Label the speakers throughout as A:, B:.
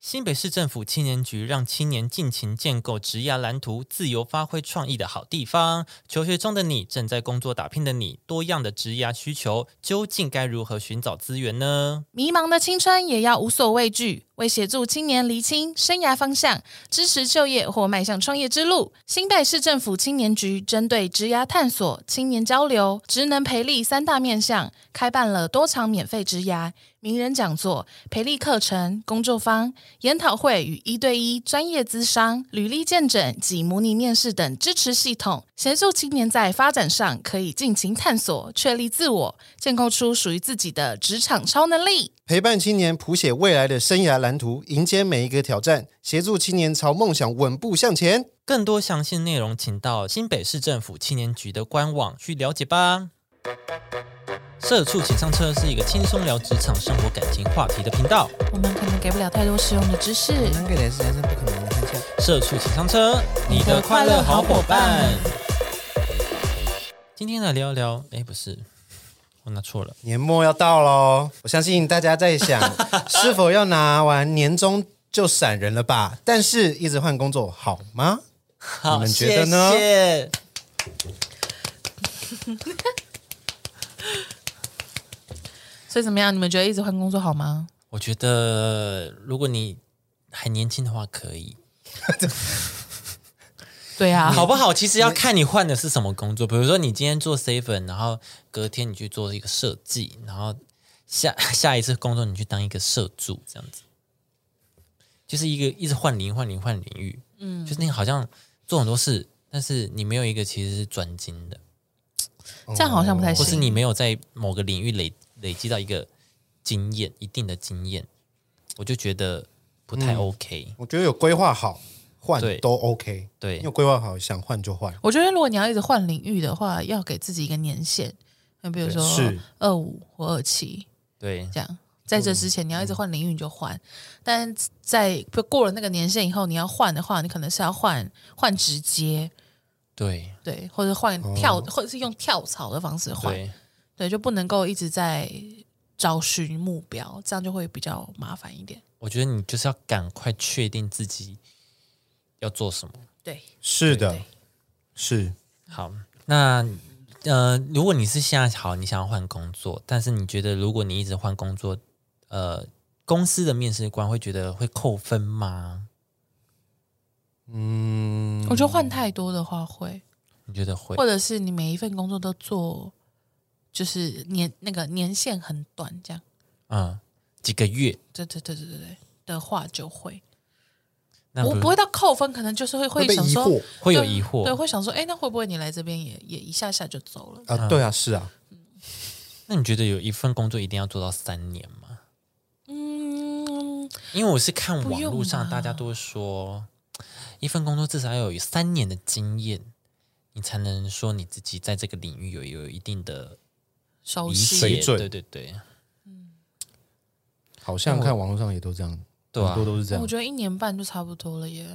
A: 新北市政府青年局让青年尽情建构职涯蓝图，自由发挥创意的好地方。求学中的你，正在工作打拼的你，多样的职涯需求，究竟该如何寻找资源呢？
B: 迷茫的青春也要无所畏惧。为协助青年厘清生涯方向，支持就业或迈向创业之路，新北市政府青年局针对职涯探索、青年交流、职能培力三大面向，开办了多场免费职涯名人讲座、培力课程、工作坊、研讨会与一对一专业咨商、履历见诊及模拟面试等支持系统，协助青年在发展上可以尽情探索、确立自我，建构出属于自己的职场超能力。
C: 陪伴青年谱写未来的生涯蓝图，迎接每一个挑战，协助青年朝梦想稳步向前。
A: 更多详细内容，请到新北市政府青年局的官网去了解吧。社畜请上车是一个轻松聊职场、生活、感情话题的频道。
B: 我们可能给不了太多实用的知识，
D: 能给的是人生不可能的方向。
A: 社畜请上车，你的快乐好伙伴。今天来聊一聊，哎，不是，我拿错了。
C: 年末要到喽，我相信大家在 想是否要拿完年终就闪人了吧？但是一直换工作好吗？
A: 好，
C: 你们觉得呢
A: 谢谢
B: 所以怎么样？你们觉得一直换工作好吗？
A: 我觉得如果你还年轻的话，可以，
B: 对啊，
A: 好不好？其实要看你换的是什么工作。比如说，你今天做 seven，然后隔天你去做一个设计，然后下 下一次工作你去当一个社助，这样子，就是一个一直换领域换领域换领域。嗯，就是你好像做很多事，但是你没有一个其实是专精的，
B: 这样好像不太
A: 嗯哦或是
B: 行。
A: 你没有在某个领域累累积到一个经验，一定的经验，我就觉得不
B: 嗯
A: 太 OK、
C: 我觉得有规划好换
A: 对
C: 都 OK，
A: 对
C: 你有规划好想换就换。
B: 我觉得如果你要一直换领域的话，要给自己一个年限，那比如说
C: 是
B: 二五或二七
A: 对，
B: 这样。在这之前，你要一直换领域你就换，
C: 嗯
B: 但在过了那个年限以后，你要换的话，你可能是要换换直接，
A: 对
B: 对，或者换跳，
C: 哦
B: 或者是用跳槽的方式换，
A: 对，
B: 对，就不能够一直在找寻目标，这样就会比较麻烦一点。
A: 我觉得你就是要赶快确定自己要做什么。
B: 对，
C: 是的
B: 对，
C: 是
A: 好，那呃，如果你是现在好，你想要换工作，但是你觉得如果你一直换工作，呃，公司的面试官会觉得会扣分吗？
C: 嗯，
B: 我觉得换太多的话会，
A: 你觉得会？
B: 或者是你每一份工作都做，就是年那个年限很短，这样，
A: 嗯，几个月？
B: 对对对对对对的话就会，
A: 那
B: 我
A: 如
B: 不会到扣分，可能就是会
C: 会
B: 会
C: 被
B: 想
C: 疑
B: 说
C: 惑
A: 会有
B: 对
A: 疑惑
B: 对，会想说，哎，那会不会你来这边也也一下下就走了？
C: 啊，对啊，是啊，
A: 那你觉得有一份工作一定要做到三年吗？
B: 嗯，
A: 因为我是看
B: 不
A: 网
B: 用
A: 络上
B: 吧
A: 大家都会说，一份工作至少要有三年的经验，你才能说你自己在这个领域有有一定的
B: 熟
A: 理解。
B: 悉
C: 哦水准
A: 对对对，
C: 好像看网络上也都这样，
A: 对啊
C: 很多都是这样
B: 我。觉得一年半就差不多了耶。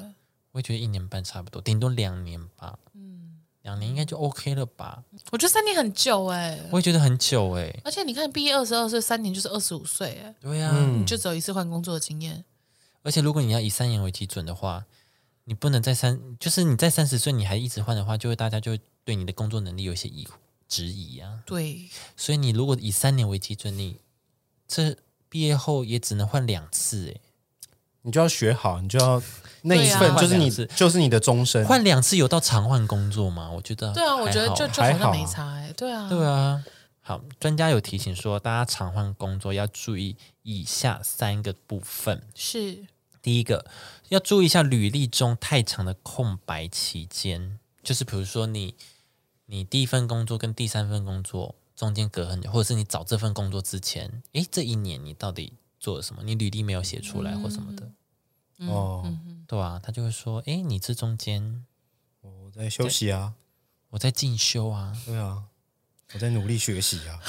A: 我也觉得一年半差不多，顶多两年吧。嗯，两年应该就 OK 了吧？
C: 嗯
B: 我觉得三年很久哎、
A: 我也觉得很久哎、
B: 而且你看，毕业二十二岁，三年就是二十五岁哎，
A: 对呀、
B: 你
C: 嗯，
B: 就只有一次换工作的经验。
A: 而且如果你要以三年为基准的话，你不能在三，就是你在三十岁你还一直换的话，就会大家就会对你的工作能力有一些疑质疑啊。
B: 对，
A: 所以你如果以三年为基准，你这毕业后也只能换两次，欸
C: 你就要学好，你就要那一
B: 对
C: 份
B: 啊
C: 就是
A: 换
C: 你
A: 两次
C: 就是你的终身
A: 哎，。换两次有到常换工作吗？我觉得
B: 对啊，我觉得
A: 还好
B: 就就
C: 还
B: 好像
C: 好
B: 没
C: 啊
B: 差哎、对啊，
A: 对啊。好，专家有提醒说，大家常换工作要注意以下三个部分。
B: 是
A: 第一个要注意一下履历中太长的空白期间，就是比如说你你第一份工作跟第三份工作中间隔很久，或者是你找这份工作之前，诶，这一年你到底做了什么？你履历没有写出来或什么的，
B: 嗯
C: 哦，
A: 对啊，他就会说，诶，你这中间
C: 我在休息啊，
A: 我在进修啊，
C: 对啊，我在努力学习啊。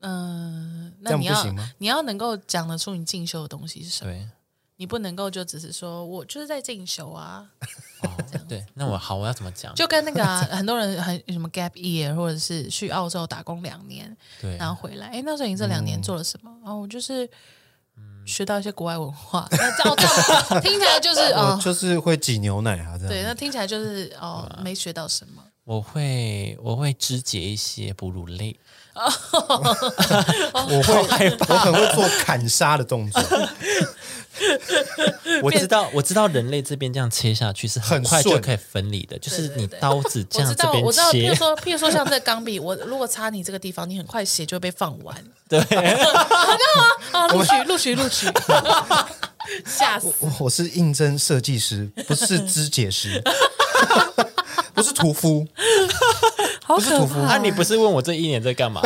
B: 嗯，那
C: 这样
B: 你
C: 不
B: 要
C: 行吗
B: 你要能够讲得出你进修的东西是什么，
A: 对，
B: 你不能够就只是说我就是在进修啊，
A: 哦， 对，那我好，我要怎么讲？
B: 就跟那个 啊、很多人很什么 gap year，或者是去澳洲打工两年，
A: 对，嗯
B: 哦然后回来，哎，那时候你这两年做了什么？然后我就是学到一些国外文化。那这样这样听起 来就是
C: 我
B: 哦，
C: 就是会挤牛奶啊，这
B: 对，
C: 样。
B: 那听起来就是哦，
A: 啊
B: 没学到什么。
A: 我会我会肢解一些哺乳类，
B: 哦
C: 我会，我很会做砍杀的动作，
A: 我知道我知道人类这边这样切下去是很
C: 很
A: 快就
C: 顺
A: 可以分离的，就是
B: 对
A: 你
B: 对
A: 刀子这
B: 我
A: 样
B: 知
A: 这
B: 道，
A: 边
B: 我知道，譬
A: 切，
B: 如说，譬如说像这个钢笔，我如果插你这个地方，你很快血就会被放完。
A: 对，
B: 啊，录取，录取，录取！ 吓死！
C: 我我是应征设计师，不是肢解师， 不是屠夫。
B: 好
C: 是
B: 可
C: 屠夫
B: 怕！哦
A: 啊，你不是问我这一年在干嘛？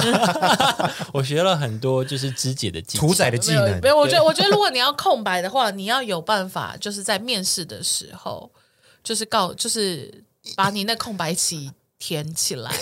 A: 我学了很多就是肢解的技 巧，
C: 屠宰的技
B: 没有
C: 能
B: 没。有，我觉得我觉得如果你要空白的话，你要有办法，就是在面试的时候，就是告，就是把你那空白期填起来，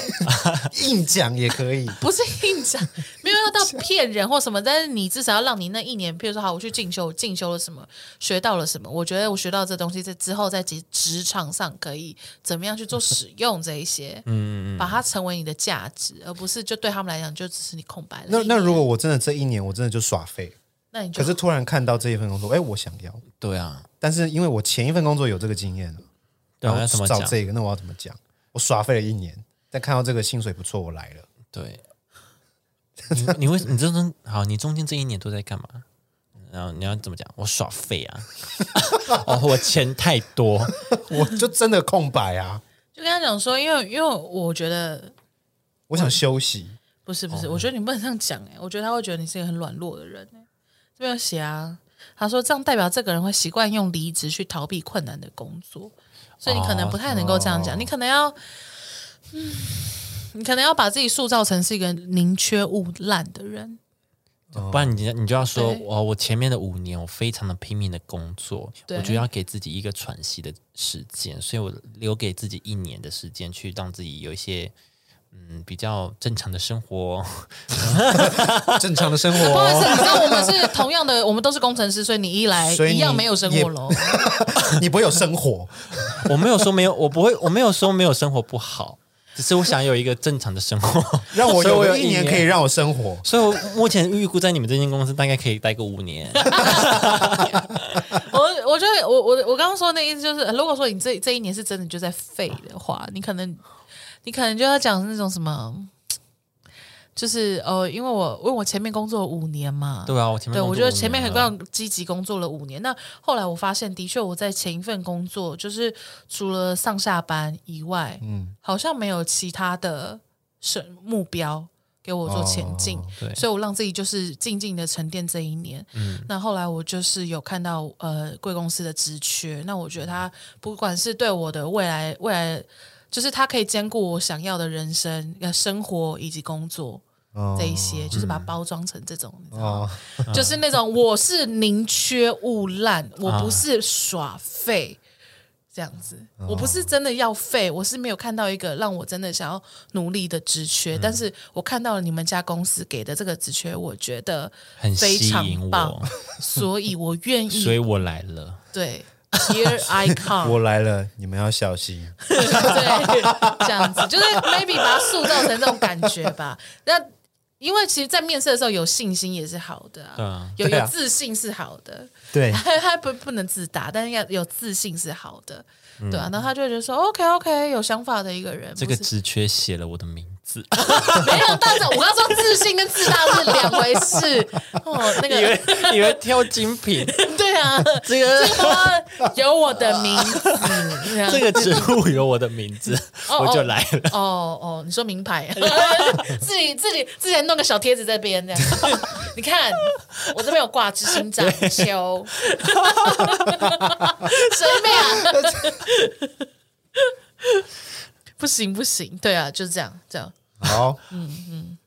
C: 硬讲也可以，
B: 不是硬讲，没有要到骗人或什么，但是你至少要让你那一年，譬如说好，我去进修，进修了什么，学到了什么，我觉得我学到这东西，在之后在职职场上可以怎么样去做使用这一些，嗯，把它成为你的价值，而不是就对他们来讲就只是你空白了一
C: 那
B: 年。
C: 那如果我真的这一年我真的就耍废，
B: 那你就
C: 可是突然看到这一份工作，哎，我想要，
A: 对啊，
C: 但是因为我前一份工作有这个经验啊，
A: 对
C: 然
A: 啊，
C: 后
A: 要怎么
C: 找
A: 讲？
C: 这个，那我要怎么讲？我耍废了一年，但看到这个薪水不错，我来了。
A: 对，你你为你中间好，你中间这一年都在干嘛？然后你要怎么讲？我耍废啊！ 哦，我钱太多，
C: 我就真的空白啊！
B: 就跟他讲说，因为因为我觉得
C: 我想休息，
B: 不是不
C: 哦
B: 是，我觉得你不能这样讲哎、我觉得他会觉得你是一个很软弱的人、欸、这边有写啊，他说这样代表这个人会习惯用离职去逃避困难的工作，所以你可能不太能够这
C: 哦
B: 样讲，你可能要，嗯，嗯你可能要把自己塑造成是一个宁缺毋滥的人。
C: 哦
A: 不然你你就要说，
B: 对
A: 哦，我前面的五年我非常的拼命的工作，
B: 对
A: 我就要给自己一个喘息的时间，所以我留给自己一年的时间去让自己有一些嗯比较正常的生活。
C: 正常的生
B: 不好意
C: 活。哦
B: 思，你知道我们是同样的，我们都是工程师，所以你一来
C: 所以你
B: 一样没有生活喽。
C: 你不会有生活，
A: 我没有说没有，我不会，我没有说没有生活不好，只是我想有一个正常的生活。
C: 让我
A: 所以
C: 有
A: 我有
C: 个一年可以让我生活。
A: 所以我目前预估在你们这间公司大概可以待个五年。
B: 我 我觉得我我我刚刚说的那意思就是，呃如果说你这这一年是真的就在废的话，你可能你可能就要讲那种什么，就是呃，因为我因为我前面工作了五年嘛，
A: 对啊，我前面
B: 对，我觉得前面很
A: 多
B: 刚积极工作了五年，那后来我发现，的确我在前一份工作，就是除了上下班以外，嗯，好像没有其他的是目标给我做前进，
A: 对
B: 所以我让自己就是静静的沉淀这一年。嗯，那后来我就是有看到呃贵公司的职缺，那我觉得它不管是对我的未来未来。就是它可以兼顾我想要的人生、呃生活以及工作这一些，就是把它包装成这种，你知道吗？
C: 哦，
A: 嗯
B: 就是那种我是宁缺毋滥，
A: 啊
B: 我不是耍废。这样子，
A: 哦
B: 我不是真的要废，我是没有看到一个让我真的想要努力的职缺，
A: 嗯
B: 但是我看到了你们家公司给的这个职缺，我觉得
A: 很
B: 非
A: 吸
B: 常
A: 引
B: 棒嗯
A: 我，，
B: 所以我 愿
A: 所以
B: 意
A: 我来了。
B: 对，Here I
C: 我
B: come，
C: 来了，你们要小心。
B: 对，这样子就是 maybe 把它塑造成这种感觉吧。那因为其实，在面试的时候有信心也是好的、
A: 对啊
B: 有
C: 对
B: 有
C: 啊
B: 自信是好的，
C: 对，
B: 他他不不能自大，但是要有自信是好的，对啊，然后他就会觉得说 OK OK，有想法的一个人，
A: 嗯这个
B: 不是
A: 职缺写了我的名字，
B: 没有，但是我刚说自信跟自大是两回事哦。那
A: 以为
B: 个
A: 以为挑精品，
B: 对啊，
A: 这个
B: 这个有我的名 字，嗯这 样
A: 这个职务有我的名字，
B: 哦
A: 我就来了。
B: 哦哦，你说 名牌， 自己自己自己弄个小贴纸这边这样， 你看我这边有挂知心掌球， 随便、啊，不行不行，对啊，就是这样这样，
C: 好，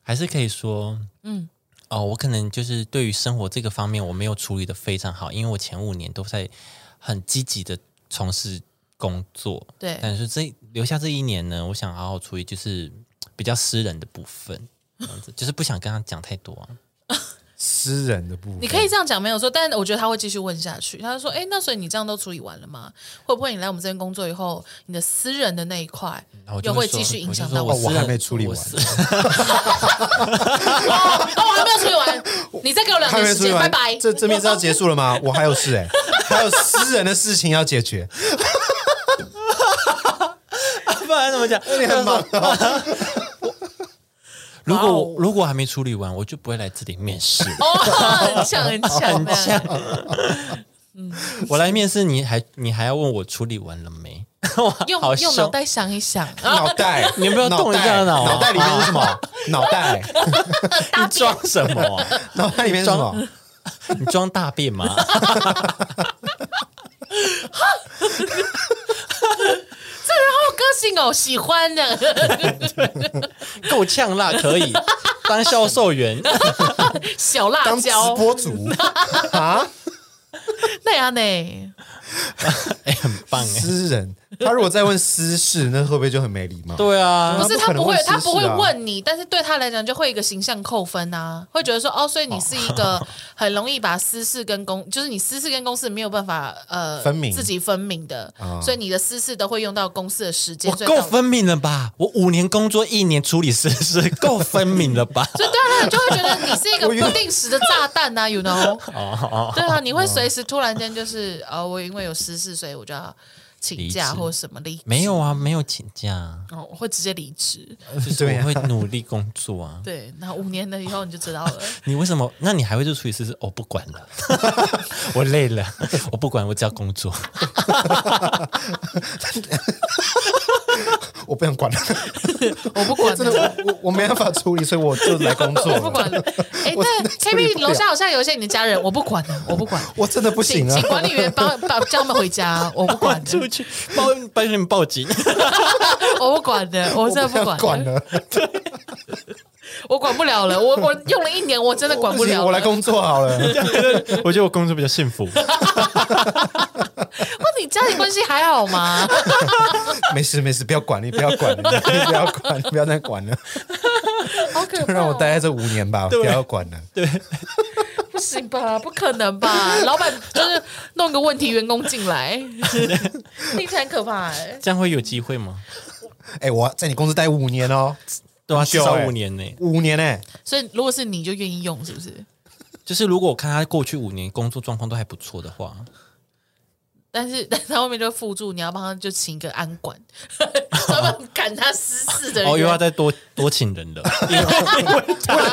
A: 还是可以说，嗯，哦，我可能就是对于生活这个方面，我没有处理的非常好，因为我前五年都在很积极的从事工作，
B: 对
A: 但是这留下这一年呢，我想好好处理就是比较私人的部分，这样子，就是不想跟他讲太多啊、
C: 私人的部分。
B: 你可以这样讲没有错，但我觉得他会继续问下去。他就说：“哎，那所以你这样都处理完了吗？会不会你来我们这边工作以后，你的私人的那一块
A: 嗯然后我就
B: 又
A: 会
B: 会继续影响
A: 说
B: 到
A: 我
B: 我？
C: 哦我
A: 私人
C: 还没处理完
A: 我私
B: 哦，我还没有处理完，你再给我两
C: 还
B: 年
C: 没
B: 时
C: 处理
B: 间，拜
C: 完，
B: 拜。”
C: 这这面是要结束了吗？我还有事哎、还有私人的事情要解决。
A: 不然怎么讲？
C: 你很忙哦、
A: 如果
B: 哇哦
A: 我如果我还没处理完，我就不会来这里面 试。
B: 哦，很像很像，
A: 很像。我来面试你还你还要问我处理完了没？哇，
B: 用
A: 好
B: 用脑
A: 凶！
B: 袋想一想，
C: 脑袋，
A: 你有没有动一下脑
C: 脑
A: 啊
C: 袋脑袋里面是什么？脑袋，
A: 你装什么啊？
C: 脑袋里面是什么？
A: 你装大便吗？
B: 好有个性哦，喜欢的，
A: 够呛辣可 以当销售员，
B: 小辣
C: 当直
B: 椒，
C: 播主 啊，
B: 那样啊呢？
A: 哎、很棒哎、
C: 私人。他如果再问私事，那会不会就很没礼貌？
A: 对啊
B: 不，是他
C: 不
B: 不会
C: 可能问，私
B: 他不会
C: 事啊
B: 问你，但是对他来讲就会有一个形象扣分啊，会觉得说哦，所以你是一个很容易把私事跟公，就是你私事跟公事没有办法呃
C: 分明
B: 自己分明的，
C: 啊
B: 所以你的私事都会用到公司的时间，
A: 我
B: 所以
A: 够
B: 导
A: 分明了吧？我五年工作，一年处理私事， 够分明了吧？
B: 所以对啊，那你就会觉得你是一个不定时的炸弹呐、y o u
A: 哦
B: know？对啊，你会随时突然间就是呃，我因为有私事，所以我就要请假
A: 离职
B: 或什么离职
A: 没有，啊，没有请假，啊
B: 哦，我会直接离职。
A: 就是
C: 对啊
A: 我会努力工作啊。
B: 对，那五年了以后你就知道了。
A: 你为什么？那你还会去处理私事？我、不管 了，我累了，我不管，我只要工作。
C: 我不想管了，
B: 我不管
C: 真的，
B: 了，
C: 我我我没办法处理，所以我就来工作
B: 我不
C: 了。
B: 管了。哎，
C: 我
B: 但
C: 真的处理
B: KB
C: 不了
B: 楼下好像有一些你的家人，我不管了，我不管。
C: 我真的不
B: 请
C: 行啊
B: 请！管理员帮 把叫他们回家，我不管的，
A: 出去报帮你们报 警。
B: 我不管的，我真的
C: 不想
B: 管
C: 管
B: 的，
C: 了，
B: 我管不了了。我我用了一年，我真的管不
C: 不行
B: 了了。
C: 我来工作好了。
A: 我觉得我工作比较幸福。
B: 哇，你家里关系还好吗？
C: 没事没事，不要管你，不要管你，你不要管，你不要再管了，
B: 好可怕、哦
C: 就让我待在这五年吧，不要管了。
B: 不行吧？不可能吧？ 老板就是弄个问题员工进 来，听起来很可怕哎、
A: 这样会有机会吗？
C: 哎，我在你公司待五年哦，
A: 对啊，至
C: 久
A: 少
C: 欸
A: 五年呢、
C: 五 年哎，
B: 所以如果是你就愿意用，是不是？
A: 就是如果我看他过去五年工作状况都还不错的话，
B: 但是， 但是他后面就附注，你要帮他就请一个安 管，专门赶他私事的人。
A: 哦，又要再多多请人了，
C: 为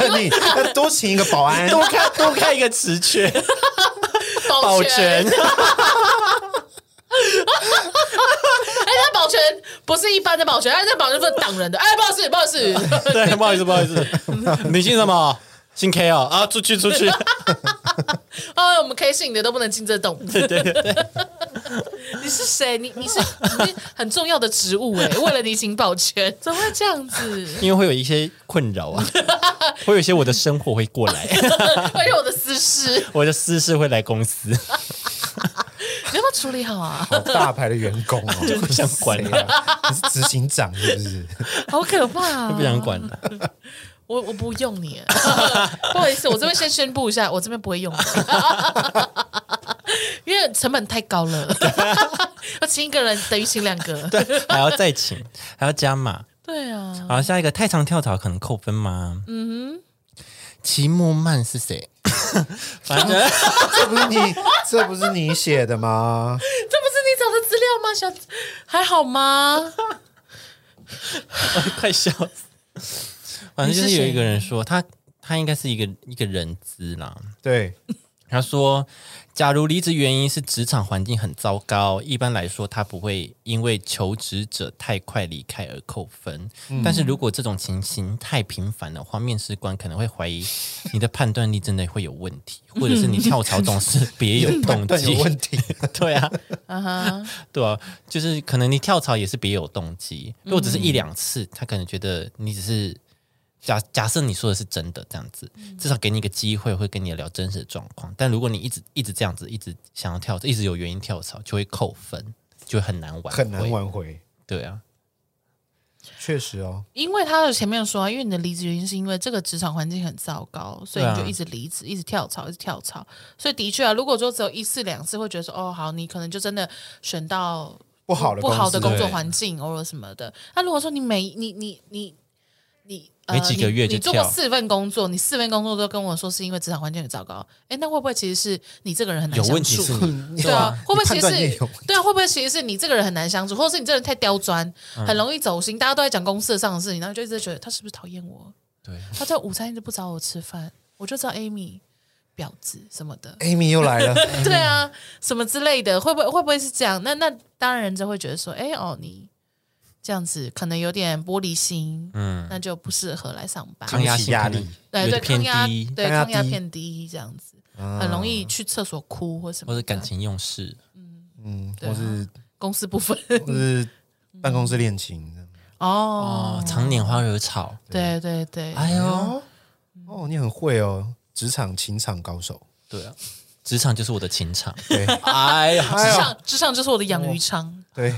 C: 了你，要多请一个保 安，
A: 多开多开一个职缺，
B: 保
A: 保
B: 全
A: 全，
B: 哎，他保全不是一般的保全，哎，那保全不是挡人的，哎，不好意思，不好意思，
A: 对，不好意思，不好意思，你姓什么？姓 K 哦，啊，出去出去，
B: 哦，我们 K 姓的都不能进这栋。
A: 对对对，
B: 你是谁？你你是你是很重要的职务哎、为了你请保全，怎么会这样子？
A: 因为会有一些困扰 啊，会有一些我的生活会过来，
B: 而且我的私事，
A: 我的私事会来公司，
B: 你要不要处理好 啊？
C: 好大牌的员工哦，
A: 就不想管啊了，
C: 你是执行长是不是？
B: 好可怕、啊！
A: 就不想管了。
B: 我我不用 你，不好意思，我这边先宣布一下，我这边不会 用你，因为成本太高 了。要请一个人等于请两个，对
A: 还要再请，还要加码。
B: 啊，
A: 好，下一个太长跳槽可能扣分吗？嗯哼，齐木曼是谁？反正
C: 这不是你，这不是你写的吗？
B: 这不是你找的资料吗？小还好吗？
A: 快笑死。反正就是有一个人说，他他应该是一个一个人资啦。
C: 对，
A: 他说，假如离职原因是职场环境很糟糕，一般来说他不会因为求职者太快离开而扣分。但是如果这种情形太频繁的话，面试官可能会怀疑你的判断力真的会有问题，或者是你跳槽总是别有动
C: 但
A: 机
C: 有。问题，
A: 对啊，
B: 啊哈，
A: 对啊，就是可能你跳槽也是别有动机，如果只是
B: 嗯
A: 一两次，他可能觉得你只是假假设你说的是真的这样子，
B: 嗯
A: 至少给你一个机会，会跟你聊真实的状况。但如果你一直一直这样子，一直想要跳槽，一直有原因跳槽，就会扣分，就会很难挽回
C: 很难。挽回。
A: 对啊，
C: 确实哦，
B: 因为他的前面说啊，因为你的离职原因是因为这个职场环境很糟糕，所以你
A: 对啊
B: 就一直离职，一直跳槽，一直跳槽。所以的确啊，如果说只有一次两次，会觉得说哦好，你可能就真的选到
C: 不好的
B: 不好的
C: 公
B: 工
C: 司
B: 作环境或者什么的。那如果说你每你你你你呃
A: 没几个月
B: 你
A: 就
B: 你做过
A: 跳
B: 四份工作，你四份工作都跟我说是因为职场环境很糟糕，哎，那会不会其实是你这个人很难
A: 有
B: 相处？
A: 问题是 你，
B: 对啊，会不会其
C: 判
B: 实
C: 断也
B: 是
C: 有
B: 对啊？会不会其实是你这个人很难相处，或者是你这个人太刁钻，很容易走心？大家都在讲公司上的事情，然后就一直觉得他是不是讨厌我？
A: 对，
B: 他在午餐一直不找我吃饭，我就知道 Amy 婊子什么的，
C: Amy 又来了，
B: 对啊，什么之类的，会不会会不会是这样？那那当然，人就会觉得说，哎哦，你这样子可能有点玻璃心，嗯，那就不适合来上班。
A: 抗压
C: 起
A: 性
C: 压
A: 可能
C: 力
B: 对
A: 有
B: 对，
A: 点偏
B: 抗压
A: 低，
B: 对
C: 抗压
B: 抗压
C: 低啊
B: 偏低，这样子很容易去厕所哭或什么
A: 或
B: 的，
A: 者感情用事，
C: 嗯，
B: 对啊
C: 或是
B: 公司部 分
C: 或是办公室恋情这样
B: 哦，
A: 哦，常拈花惹草，
B: 对对对，
A: 哎呦，
C: 哦，你很会哦，职场情场高手，
A: 对啊，职场就是我的情场，
C: 对
A: 哎呀，
B: 职
C: 哎呦
B: 场职场就是我的养鱼场，
C: 对，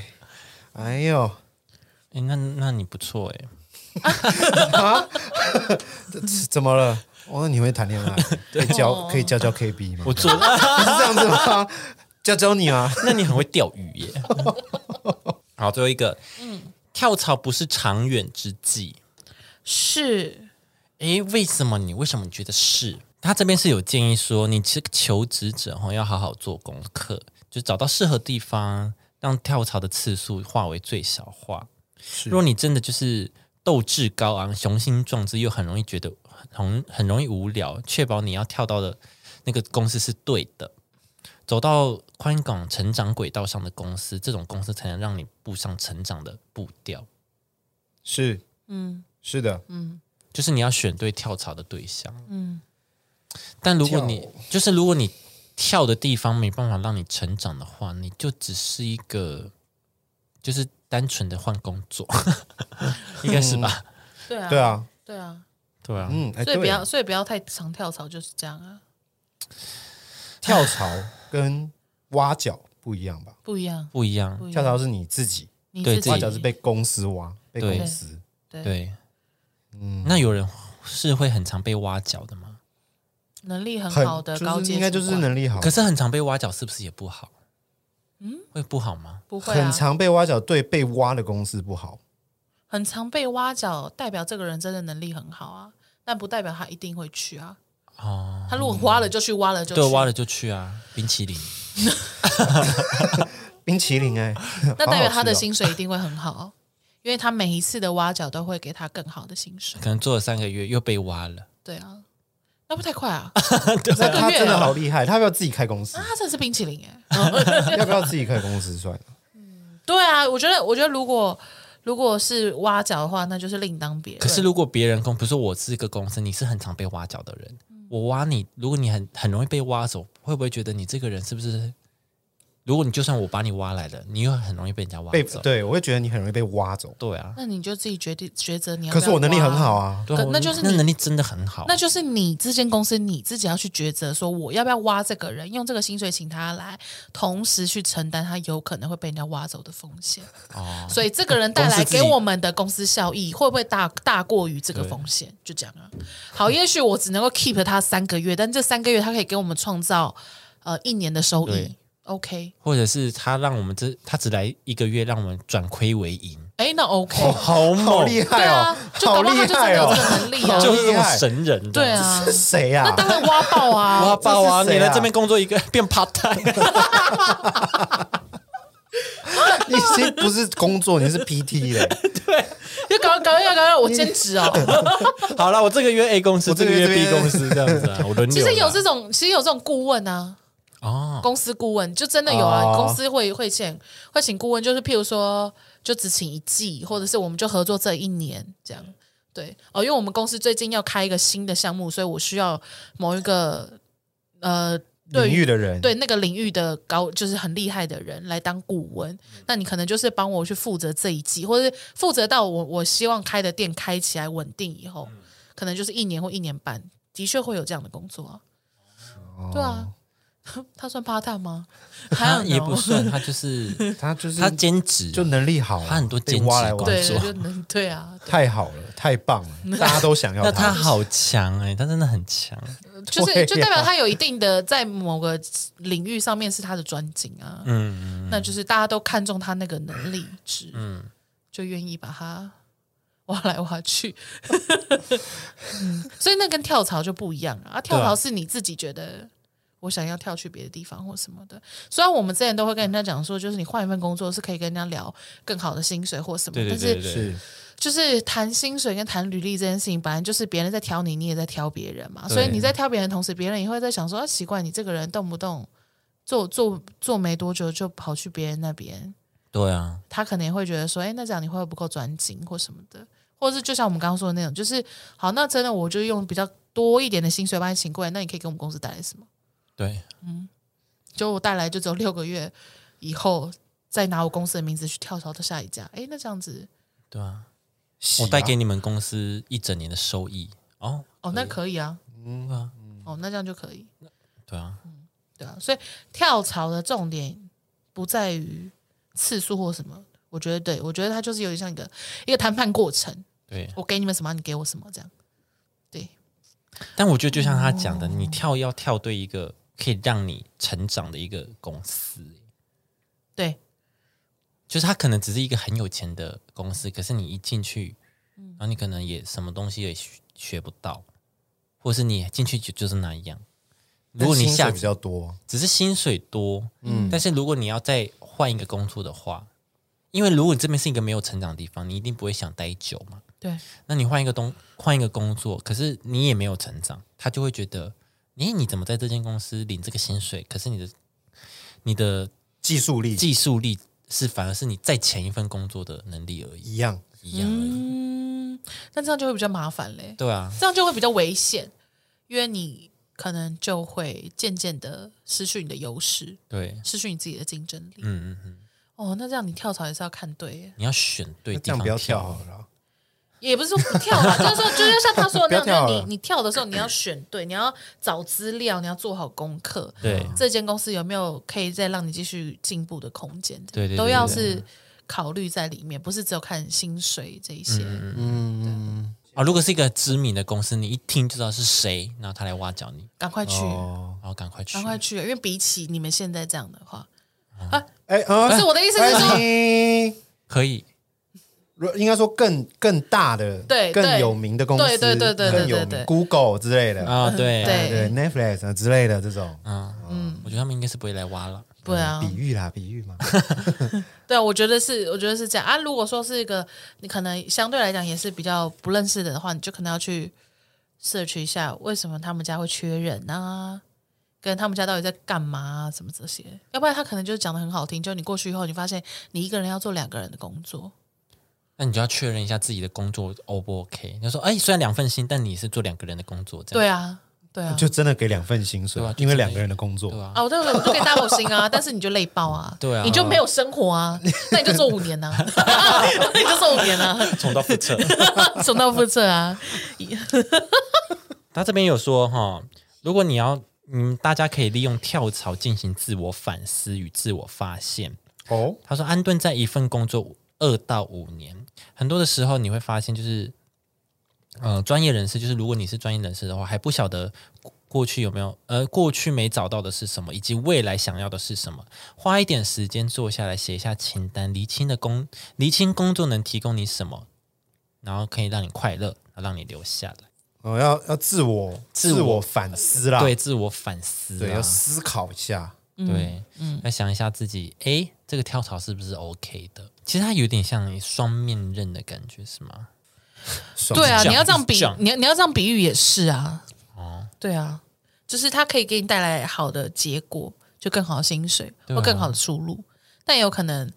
C: 哎呦，
A: 哎那那你不错哎，
C: 是怎么了？哦，你会谈 恋爱，可以
B: 哦
C: 教可以教教 KB 吗？
A: 我 做，
C: 是这样子吗？教教你吗？
A: 那你很会钓鱼耶。好，最后一个，跳槽不是长远之计。
B: 是
A: 诶，为什么你为什么你觉得是？他这边是有建议说，你这个求职者哈要好好做功课，就找到适合地方，让跳槽的次数化为最小化。如果你真的就是斗志高昂、雄心壮志，又很容易觉得很很容易无聊，确保你要跳到的那个公司是对的，走到宽广成长轨道上的公司，这种公司才能让你步上成长的步调。
C: 是
B: 嗯
C: 是的，
A: 就是你要选对跳槽的对象。
B: 嗯，
A: 但如果你
C: 跳
A: 就是如果你跳的地方没办法让你成长的话，你就只是一个就是单纯的换工作， 应该是吧？
B: 对啊
C: 对啊，
B: 对啊，
A: 对啊，
C: 嗯，哎，
B: 所以不
C: 对
B: 要
C: 啊，
B: 所以不要太常跳槽，就是这样啊，
C: 跳槽跟挖角不一样吧？
B: 不一样，
A: 不一样。
B: 不一
C: 跳
B: 样，
C: 槽是你自己，
B: 你
A: 对
B: 嗯自己
C: 挖角是被公司挖，被
A: 对
C: 公司。
A: 对，嗯，那有人是会很常被挖角的吗？
B: 能力很
C: 很
B: 好的
C: 就是
B: 高阶，
C: 应该就是。能力好，
A: 可是很常被挖角，是不是也不好？嗯，会不好吗？
B: 不会、啊，
C: 很常被挖角，对被挖的公司不好。
B: 很常被挖角，代表这个人真的能力很好啊，但不代表他一定会去啊。
A: 哦，
B: 他如果
C: 嗯
B: 挖了就去，挖了就去，
A: 对，挖了就去啊，冰淇淋。
C: 冰淇淋哎，
B: 那代表他的
C: 好好吃哦
B: 薪水一定会很好，因为他每一次的挖角都会给他更好的薪水。
A: 可能做了三个月又被挖了，
B: 对啊，那不太快啊！
C: 那
B: 个
C: 他
B: 月
C: 真的
B: 啊
C: 好厉害，他要不要自己开 公司
B: 啊？他真的是冰淇淋哎、
C: 要不要自己开公司算了？
B: 对啊，我觉得，我觉得如果如果是挖角的话，那就是另当别论。
A: 可是如果别人公，比如说我是一个公司，你是很常被挖角的人，
B: 嗯
A: 我挖你，如果你很很容易被挖走，会不会觉得你这个人是不是？如果你就算我把你挖来了，你又很容易被人家挖
C: 被
A: 走。
C: 对我会觉得你很容易被挖走。
A: 对啊，
B: 那你就自己决定抉择你要不
C: 可
B: 要
C: 是我能力很好
B: 挖，
C: 啊，
A: 对啊
B: 可
A: 我
B: 那就是
A: 那
B: 你
A: 能力真的很好。
B: 那就是你这间公司你自己要去抉择，说我要不要挖这个人，用这个薪水请他来，同时去承担他有可能会被人家挖走的风险。
A: 哦，
B: 所以这个人带
A: 公司
B: 来
A: 自己
B: 给我们的公司效益会不会大大过于这个风险？就这样啊。好，也许我只能够 keep 他三个月，但这三个月他可以给我们创造呃一年的收益
A: 对。
B: OK，
A: 或者是他让我们这他只来一个月，让我们转亏为盈，
B: 哎，那 OK，、
A: 好
C: 好
A: 猛，
C: 厉
B: 对
C: 害
B: 啊
C: 哦，，
B: 就
C: 好
B: 搞不好
C: 厉
B: 他就真的
C: 害
B: 有
C: 哦
B: 这！个能力啊，
A: 就是这
C: 好厉
A: 种
C: 害
A: 神人。
B: 对，啊
C: 这。是谁呀
B: 那？当然挖爆 啊！
A: 挖爆啊！
C: 这是
A: 你
C: 谁啊
A: 来这边工作一个变 part time，
C: 你已经不是工作，你是 PT 嘞。
B: 就搞搞要搞要我兼职哦。
A: 好了，我这个月 A 公司，
C: 我这
A: 这
C: 个
A: 个
C: 月
A: 月
C: 这边
A: B 公司这样子 啊，我轮
B: 其
A: 流啦。
B: 实有这种，其实有这种顾问啊，
A: 哦，
B: 公司顾问就真的有啊，
C: 哦
B: 公司会会请会请顾问，就是譬如说，就只请一季，或者是我们就合作这一年这样。对哦，因为我们公司最近要开一个新的项目，所以我需要某一个呃 对
C: 领
B: 于
C: 域的人，
B: 对那个领域的高，就是很厉害的人来当顾问。
A: 嗯
B: 那你可能就是帮我去负责这一季，或者是负责到我我希望开的店开起来稳定以
A: 嗯
B: 后，
A: 哦
B: 可能就是一年或一年半，的确会有这样的工作啊。对啊， 他算 part time 吗？还
A: 他
B: 有
A: 也不算，他 就是
C: 他就是
A: 他兼职，
C: 就能力好啊，
A: 他很多
C: 被
A: 兼职
C: 挖来挖
A: 工
B: 对，
A: 作
C: 去，
B: 就能 对啊，
C: 太好了，太棒 了，大家都想要
A: 那他好强哎、他真的很强。
B: 就是
C: 对
B: 就代表
C: 啊
B: 他有一定的在某个领域上面是他的专精啊，嗯，那就是大家都看中他那个能力值，嗯，就愿意把他挖来挖去， 嗯，所以那跟跳槽就不一样啊，啊跳槽是你自己觉得。我想要跳去别的地方或什么的，虽然我们之前都会跟人家讲说，就是你换一份工作是可以跟人家聊更好的薪水或什么，
A: 对对
B: 但
A: 对对
B: 是
A: 对，
C: 是
B: 就是谈薪水跟谈履历这件事情，本来就是别人在挑你，你也在挑别人嘛。所以你在挑别人的同时，别人也会在想说：啊，奇怪，你这个人动不动做做做没多久就跑去别人那边，
A: 对啊，
B: 他可能也会觉得说：哎，那这样你会不会不够专精或什么的？或者是就像我们刚刚说的那种，就是好，那真的我就用比较多一点的薪水把你请过来，那你可以给我们公司带来什么？
A: 对，
B: 就我带来就只有六个月以后再拿我公司的名字去跳槽到下一家。哎，那这样子
A: 对啊，
C: 喜啊
A: 我带给你们公司一整年的收益哦，
B: 哦，那可以啊，
A: 对啊，
B: 哦，那这样就可以。
A: 对啊，
B: 对啊，所以跳槽的重点不在于次数或什么，我觉得对，我觉得它就是有点像一个一个谈判过程，
A: 对。
B: 我给你们什么，你给我什么这样。对，
A: 但我觉得就像他讲的，你跳要跳对一个可以让你成长的一个公司，
B: 对，
A: 就是他可能只是一个很有钱的公司，可是你一进去，然后你可能也什么东西也学学不到，或是你进去就就是那样。如果你
C: 但薪水
A: 下
C: 嗯比较多，
A: 只是薪水多，嗯，但是如果你要再换一个工作的话，因为如果你这边是一个没有成长的地方，你一定不会想待久嘛。
B: 对，
A: 那你换一个东换一个工作，可是你也没有成长，他就会觉得，诶，你怎么在这间公司领这个薪水？可是你的你的
C: 技术力
A: 技术力是反而是你在前一份工作的能力而已，
C: 一样，
A: 一样而已。
B: 嗯，那这样就会比较麻烦嘞，
A: 对啊，
B: 这样就会比较危险，因为你可能就会渐渐的失去你的优势，
A: 对，
B: 失去你自己的竞争力。
A: 嗯嗯嗯，
B: 哦，那这样你跳槽也是要看对耶，
A: 你要选对
C: 那
A: 地
C: 这样
A: 方
C: 不要
A: 跳
C: 跳
A: 啊。
C: 好了啊。
B: 也不是说不 跳啊，就是说，就是像他说的那
C: 不
B: 样，
C: 要
B: 就
C: 跳
B: 是
C: 了
B: 你你跳的时候，你要选对，你要找资料，你要做好功课。
A: 对
B: 这间公司有没有可以再让你继续进步的空间？
A: 对对对
B: 都要是考虑在里面，不是只有看薪水这一些。
A: 嗯
C: 嗯，
A: 啊，如果是一个知名的公司，你一听就知道是谁，然后他来挖角你，
B: 赶快去，
C: 哦，
A: 然后赶快去，
B: 赶快去，因为比起你们现在这样的话，
A: 嗯
B: 啊，
C: 哎啊，
B: 不是我的意思是说，
C: 说，
A: 可以，
C: 如应该说更更大的、
B: 对
C: 更
B: 对
C: 有名的公司，
B: 对对对对对
C: 更有名
B: 对对
C: Google 之类的，
A: 啊，对
B: 对
C: 对 Netflix 啊之类的这种
A: 嗯，我觉得他们应该是不会来挖了。
B: 对啊，
C: 比喻啦，比喻嘛，
B: 对啊，我觉得是，我觉得是这样啊。如果说是一个你可能相对来讲也是比较不认识的的话，你就可能要去 search 一下为什么他们家会缺人啊，跟他们家到底在干嘛啊，什么这些。要不然他可能就讲的很好听，就你过去以后，你发现你一个人要做两个人的工作，
A: 那你就要确认一下自己的工作 O 不 OK？你就说，哎，虽然两份薪，但你是做两个人的工作，这样
B: 对啊，对啊。
C: 就真的给两份薪水
A: 对啊，就
C: 因为
A: 真的
C: 两个人的工
A: 对
C: 作，
A: 吧？
B: 啊，我对我就给大火星啊，但是你就累爆啊，
A: 对啊
B: 你就没有生活啊，那你就做五年呐、啊，你就做五年 呐、
A: 重蹈覆辙。
B: 啊，重蹈覆辙啊，
A: 他这边有说哈，如果你要，嗯，大家可以利用跳槽进行自我反思与自我发现。
C: 哦，
A: 他说，安顿在一份工作二到五年，很多的时候你会发现，就是，呃，专业人士，就是如果你是专业人士的话，还不晓得过过去有没有，呃，过去没找到的是什么，以及未来想要的是什么。花一点时间坐下来写一下清单，厘清的工，厘清工作能提供你什么，然后可以让你快乐，让你留下来。
C: 哦要要自我
A: 自我
C: 自我反思啦，
A: 对，自我反思、啊，
C: 对，要思考一下，
B: 嗯
A: 对，要想一下自己，诶，这个跳槽是不是 OK 的？其实它有点像双面刃的感觉，是吗？
C: 爽
B: 对啊，
A: 这样
B: 你要这样比
A: 是这样，
B: 你要你要这样比喻也是啊。哦，对啊，就是它可以给你带来好的结果，就更好的薪水
A: 对啊
B: 或更好的出路，但也有可能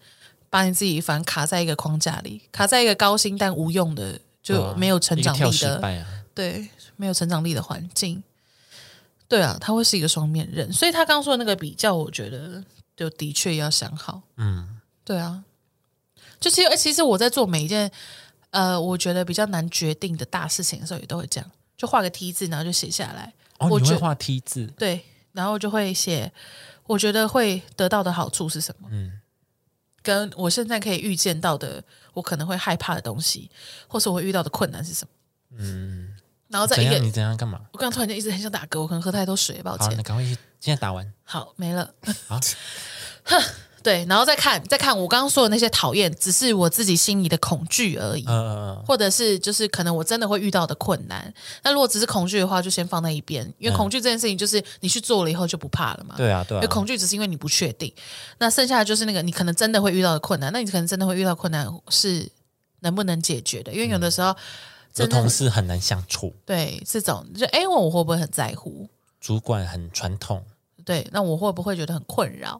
B: 把你自己反正卡在一个框架里，卡在一个高薪但无用的，
A: 对啊
B: 就没有成长
A: 一个跳
B: 力
A: 失
B: 的，
A: 败啊，
B: 对，没有成长力的环境。对啊，它会是一个双面刃，所以他刚刚说的那个比较，我觉得就的确要想好。
A: 嗯，
B: 对啊，就其实其实我在做每一件呃，我觉得比较难决定的大事情的时候，也都会这样，就画个 T 字，然后就写下来。
A: 哦，
B: 我
A: 你
B: 觉
A: 会画 T 字，
B: 对，然后就会写我觉得会得到的好处是什么，嗯，跟我现在可以预见到的我可能会害怕的东西，或是我会遇到的困难是什么，嗯，然后再
A: 怎
B: 一
A: 样？你
B: 个，
A: 怎样干嘛？
B: 我刚刚突然间一直很想打嗝，我可能喝太多水，抱
A: 好，
B: 歉
A: 你，赶快去，现在打完。
B: 好没了。
A: 好，
B: 对，然后再看，再看我刚刚说的那些讨厌，只是我自己心里的恐惧而已，
A: 呃，
B: 或者是就是可能我真的会遇到的困难。那如果只是恐惧的话，就先放在一边，因为恐惧这件事情就是你去做了以后就不怕了嘛。
A: 对啊，对
B: 因
A: 啊
B: 为，恐惧只是因为你不确定，那剩下的就是那个你可能真的会遇到的困难，那你可能真的会遇到困难是能不能解决的，因为有的时候
A: 这
B: 真的、
A: 同事很难相处，
B: 对这种就哎、我我会不会很在乎？
A: 主管很传统，
B: 对，那我会不会觉得很困扰？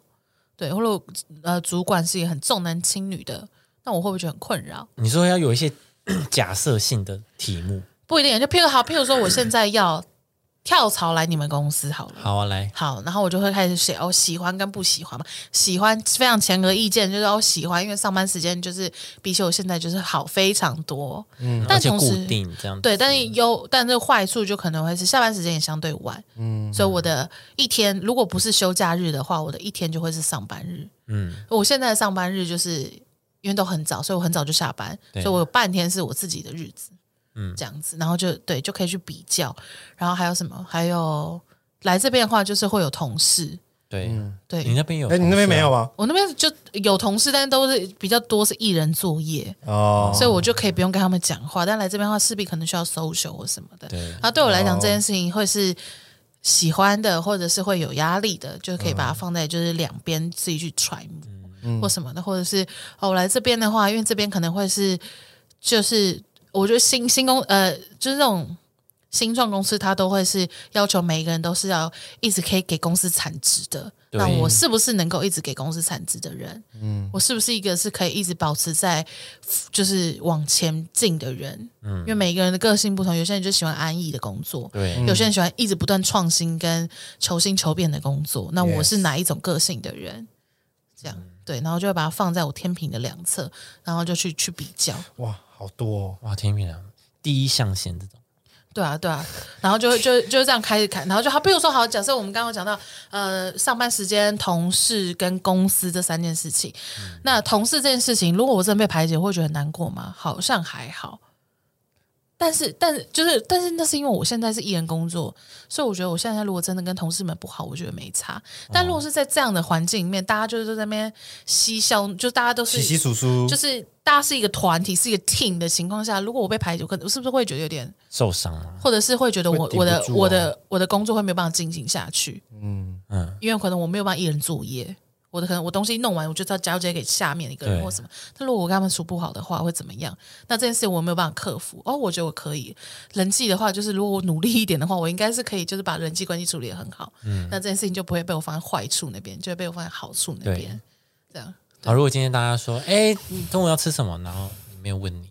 B: 对，或者呃，主管是一个很重男轻女的，那我会不会觉得很困扰？
A: 你说要有一些 假设性的题目。
B: 不一定，就譬如好，譬如说我现在要跳槽来你们公司好了。
A: 好啊，来，
B: 好，然后我就会开始写哦，喜欢跟不喜欢嘛。喜欢非常前额意见，就是哦喜欢，因为上班时间就是比起我现在就是好非常多。嗯，但
A: 而且
B: 同
A: 固
B: 时
A: 定这样子。
B: 对，但是优，但是坏处就可能会是下班时间也相对晚，嗯，所以我的一天如果不是休假日的话，我的一天就会是上班日，嗯，我现在的上班日就是因为都很早，所以我很早就下班，所
A: 对
B: 以我有半天是我自己的日子，嗯，这样子，然后就对，就可以去比较，然后还有什么？还有来这边的话，就是会有同事，
A: 对，
B: 对
A: 你那边有？啊
C: 哎，你那边没有？吗？
B: 我嗯那边就有同事，但是都是比较多是一人作业，
C: 哦，
B: 所以我就可以不用跟他们讲话。但来这边的话，势必可能需要 social 或什么的。
A: 对
B: 然后对我来讲，这件事情会是喜欢的，或者是会有压力的，就可以把它放在就是两边自己去揣摩、
A: 嗯
B: 或什么的，或者是哦，我来这边的话，因为这边可能会是就是我觉得新新公呃，就是这种。新创公司它都会是要求每一个人都是要一直可以给公司产值的。
A: 对
B: 那我是不是能够一直给公司产值的人？嗯，我是不是一个是可以一直保持在就是往前进的人？嗯，因为每一个人的个性不同，有些人就喜欢安逸的工作，
A: 对，
B: 有些人喜欢一直不断创新跟求新求变的工作。那我是哪一种个性的人？这样对，然后就会把它放在我天平的两侧，然后就去去比较。
C: 哇，好多哦。
A: 哇，天平啊，第一象限这种，
B: 对啊，对啊，然后就会就就这样开始看，然后就好，比如说好，假设我们刚刚讲到，呃，上班时间、同事跟公司这三件事情，那同事这件事情，如果我真的被排解，会觉得很难过吗？好像还好，但是但是就是但是那是因为我现在是艺人工作，所以我觉得我现在如果真的跟同事们不好，我觉得没差。但如果是在这样的环境里面，大家就是在那边嬉笑，就大家都是
C: 洗洗簌簌，
B: 就是大家是一个团体，是一个 team 的情况下，如果我被排解，我可能我是不是会觉得有点？
A: 受伤了，
B: 或者是会觉得我
C: 会顶不
B: 我的
C: 住啊
B: 我的我的工作会没有办法进行下去，
A: 嗯，
B: 因为可能我没有办法一人作业，我的可能我东西弄完，我就要交接给下面一个人
A: 对
B: 或什么。但如果我跟他们处不好的话，会怎么样？那这件事情我没有办法克服。哦，我觉得我可以人际的话，就是如果我努力一点的话，我应该是可以，就是把人际关系处理得很好。
A: 嗯
B: 那这件事情就不会被我放在坏处那边，就会被我放在好处那边。这样
A: 好，如果今天大家说，哎，你中午要吃什么？然后你没有问你，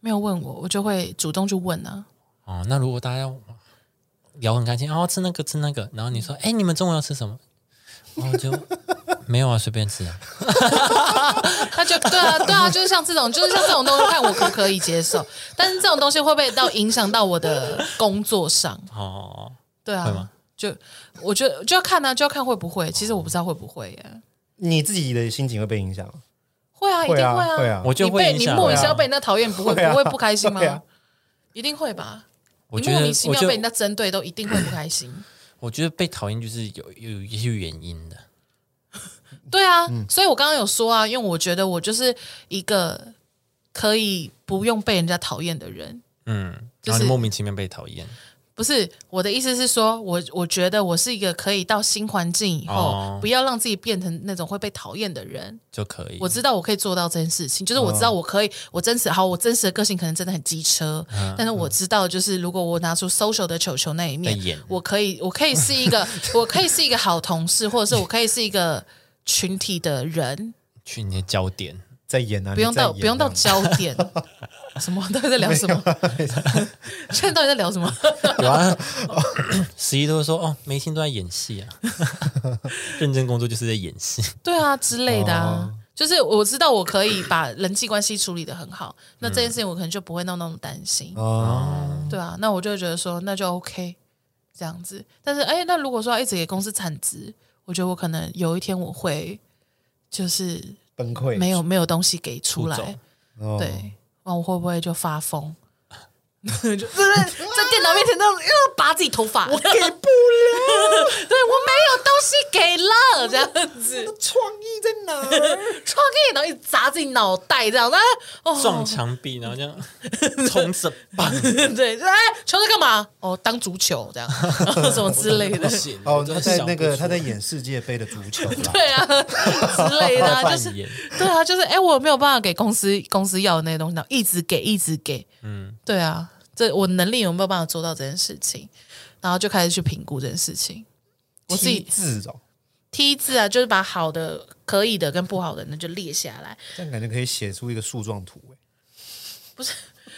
B: 没有问我，我就会主动去问啊。
A: 哦，那如果大家聊很开心，哦，吃那个吃那个，然后你说，哎，你们中午要吃什么？然后 就没有啊，随便吃啊，
B: 他就对啊， 对啊，就是像这种，就是像这种东西，看我可不可以接受。但是这种东西会不会到影响到我的工作上？
A: 哦，
B: 对
A: 会
B: 啊
A: 吗，
B: 就我觉得就要看啊，就要看会不会。其实我不知道会不会耶，
C: 你自己的心情会被影响吗。
B: 会啊，一定
C: 会啊
B: 啊，
C: 会啊
A: 哦我就
B: 你
A: 会
B: 被
A: 影
B: 你
A: 响
B: 莫名
A: 啊
B: 其妙被人家讨厌，不会
C: 会啊
B: 不会不开心吗
C: 会啊？
B: 一定会吧。
A: 我
B: 你
A: 觉
B: 莫
A: 得
B: 名其
A: 我
B: 妙
A: 就
B: 被人家针对，都一定会不开心。
A: 我觉得被讨厌就是有有一些原因的，
B: 对啊，
A: 嗯
B: 所以我刚刚有说啊，因为我觉得我就是一个可以不用被人家讨厌的人。
A: 嗯，
B: 就
A: 然后
B: 是
A: 你莫名其妙被讨厌，
B: 不是我的意思是说，我我觉得我是一个可以到新环境以后，
A: 哦
B: 不要让自己变成那种会被讨厌的人。
A: 就可以，
B: 我知道我可以做到这件事情，就是我知道我可以，我真实好，我真实的个性可能真的很机车，但是我知道，就是如果我拿出 social 的球球那一面
A: 在演，
B: 我可以，我可以是一个，我可以是一个好同事，或者是我可以是一个群体的人，
A: 去你的焦点，
C: 在演啊，
B: 不用
C: 你在
B: 到
C: 演啊
B: 不用到焦点。什么？到底在聊什么？现在到底在聊什么？
A: 有啊，十一都会说哦，明星都在演戏啊， 认真工作就是在演戏。
B: 对啊之类的啊。就是我知道我可以把人际关系处理的很好，那这件事情我可能就不会弄那么担心，
C: 哦，
B: 对啊，那我就会觉得说那就 OK，这样子。但是，哎，那如果说要一直给公司产值，我觉得我可能有一天我会就是
C: 崩溃
B: 没有没有东西给出来
A: 出走，
C: 哦
B: 对，那我会不会就发疯？ 就就是在电脑面前那种，又拔自己头发，我给不了， 对我没有东西给了，这样子
C: 创意在哪？
B: 创意，然后一直砸自己脑袋这样，啊，哦，
A: 撞墙壁，然后这样冲着棒，
B: 对，就哎，球在干嘛？哦，当足球这样， 然后什么之类
A: 不，
B: 的
A: 行
C: 哦
A: 我，真的
C: 他在
A: 想
C: 那
A: 不
C: 个
A: 出
C: 他在演世界杯的足球啦。
B: 对啊，之类的啊，就是
A: 扮演
B: 对啊，就是哎、我没有办法给公司公司要的那些东西，然后一直给，一直给，嗯，对啊，这我能力有没有办法做到这件事情？然后就开始去评估这件事情。我自己
C: 字哦，
B: T 字啊，就是把好的、可以的跟不好的那就列下来，
C: 这样感觉可以写出一个树状图哎。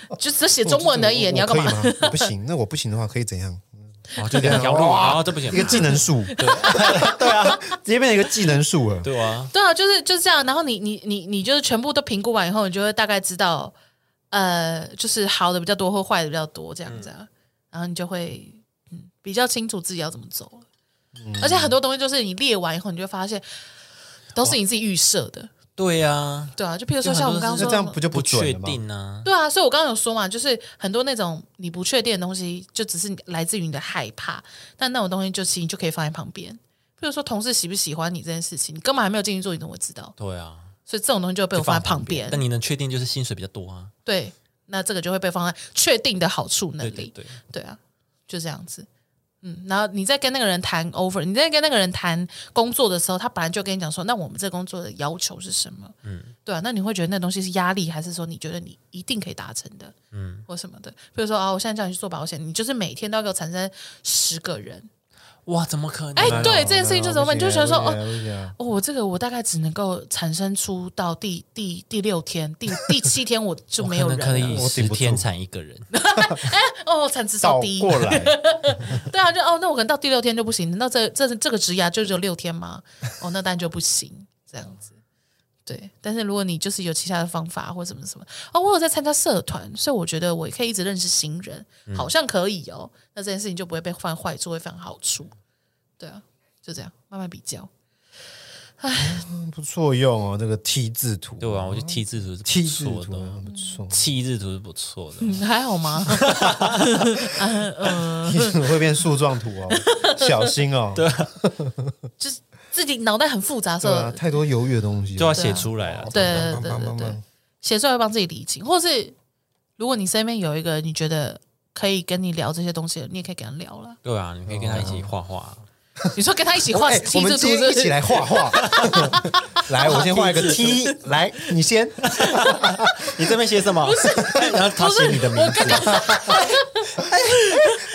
C: 哦
B: 就只写 中文而已。
C: 我
B: 你要干？
C: 我
B: 嘛？
C: 可以吗我不行， 那我不行的话可以怎样？
A: 哦，就两 条路啊，哦这不行
C: 一，个技 能树， 对啊，直接变成一个技能树了。
A: 对啊，
B: 对啊，就是就是这样。然后你你你你就是全部都评估完以后，你就会大概知道，呃，就是好的比较多或坏的比较多这样子、啊，
C: 嗯
B: 然后你就会嗯比较清楚自己要怎么走了。
C: 嗯
B: 而且很多东西就是你列完以后，你就会发现都是你自己预设的，
A: 对啊，
B: 对啊。就譬如说像我们刚刚
A: 就
B: 说
C: 那这
B: 的
C: 样
B: 嘛，
C: 不就
A: 不
C: 准
A: 确
C: 了吗？
A: 定啊，
B: 对啊，所以我刚刚有说嘛，就是很多那种你不确定的东西，就只是来自于你的害怕。但那种东西就其实你就可以放在旁边，譬如说同事喜不喜欢你这件事情，你根本还没有进去做，你怎么会知道？
A: 对啊，
B: 所以这种东西就被我放在旁边。
A: 但你能确定就是薪水比较多啊，
B: 对，那这个就会被放在确定的好处那
A: 对
B: 里。
A: 对对，
B: 对啊，就这样子。嗯，然后你在跟那个人谈 over，你在跟那个人谈工作的时候，他本来就跟你讲说，那我们这工作的要求是什么？嗯，对啊，那你会觉得那东西是压力，还是说你觉得你一定可以达成的？嗯，或什么的？比如说啊，我现在叫你去做保险，你就是每天都要给我产生十个人。
A: 哇，怎么可能？
B: 哎对这件事情就怎么办
C: 不行
B: 就觉得说
C: 不行不行啊
B: 哦，我这个我大概只能够产生出到第第第六天、第第七天我就
A: 我
B: 没有
A: 可
B: 人啊
A: 能可以
B: 了。
C: 我顶
A: 十
C: 不住
A: 天产一个人，
B: 哦，产值
C: 倒
B: 超低。
C: 过来，
B: 对啊，就哦，那我可能到第六天就不行，那这这这个职涯就只有六天吗？哦，那当然就不行，这样子。对，但是如果你就是有其他的方法或什么什么，哦，我有在参加社团，所以我觉得我也可以一直认识新人，好像可以哦。那这件事情就不会被犯坏处，会犯好处。对啊，就这样慢慢比较。
C: 不错用哦，这个 T 字图，
A: 对啊，我觉
B: 哦
A: 得 T 字图是
C: T
A: 不
C: 字
A: 错
C: 图啊
A: 的，
C: 不错，
A: 七字图是不错的，
B: 嗯，还好吗？
C: 会变树状图 哦，小心哦，
B: 啊
C: 对
B: 就是自己脑袋很复杂的时候，
C: 啊，太多犹豫的东西了，
A: 就
B: 啊
A: 要写出来了。。
B: 对对
C: 棒
B: 对
C: 棒
B: 对
C: 棒
B: 对
C: 棒，
B: 写出来会帮自己理清，或是如果你身边有一个你觉得可以跟你聊这些东西的，你也可以跟他聊了
A: 对啊，你可以跟他一起画画，
B: 你说跟他一起画
C: 哎我
B: 梯
C: 们
B: 字图
C: 今
B: 是不
C: 天一起
B: 是？
C: 来画画，来，我先画一个 T，来，你先，
A: 你这边写什么？不是， 然后他写你的名字，
C: 哎，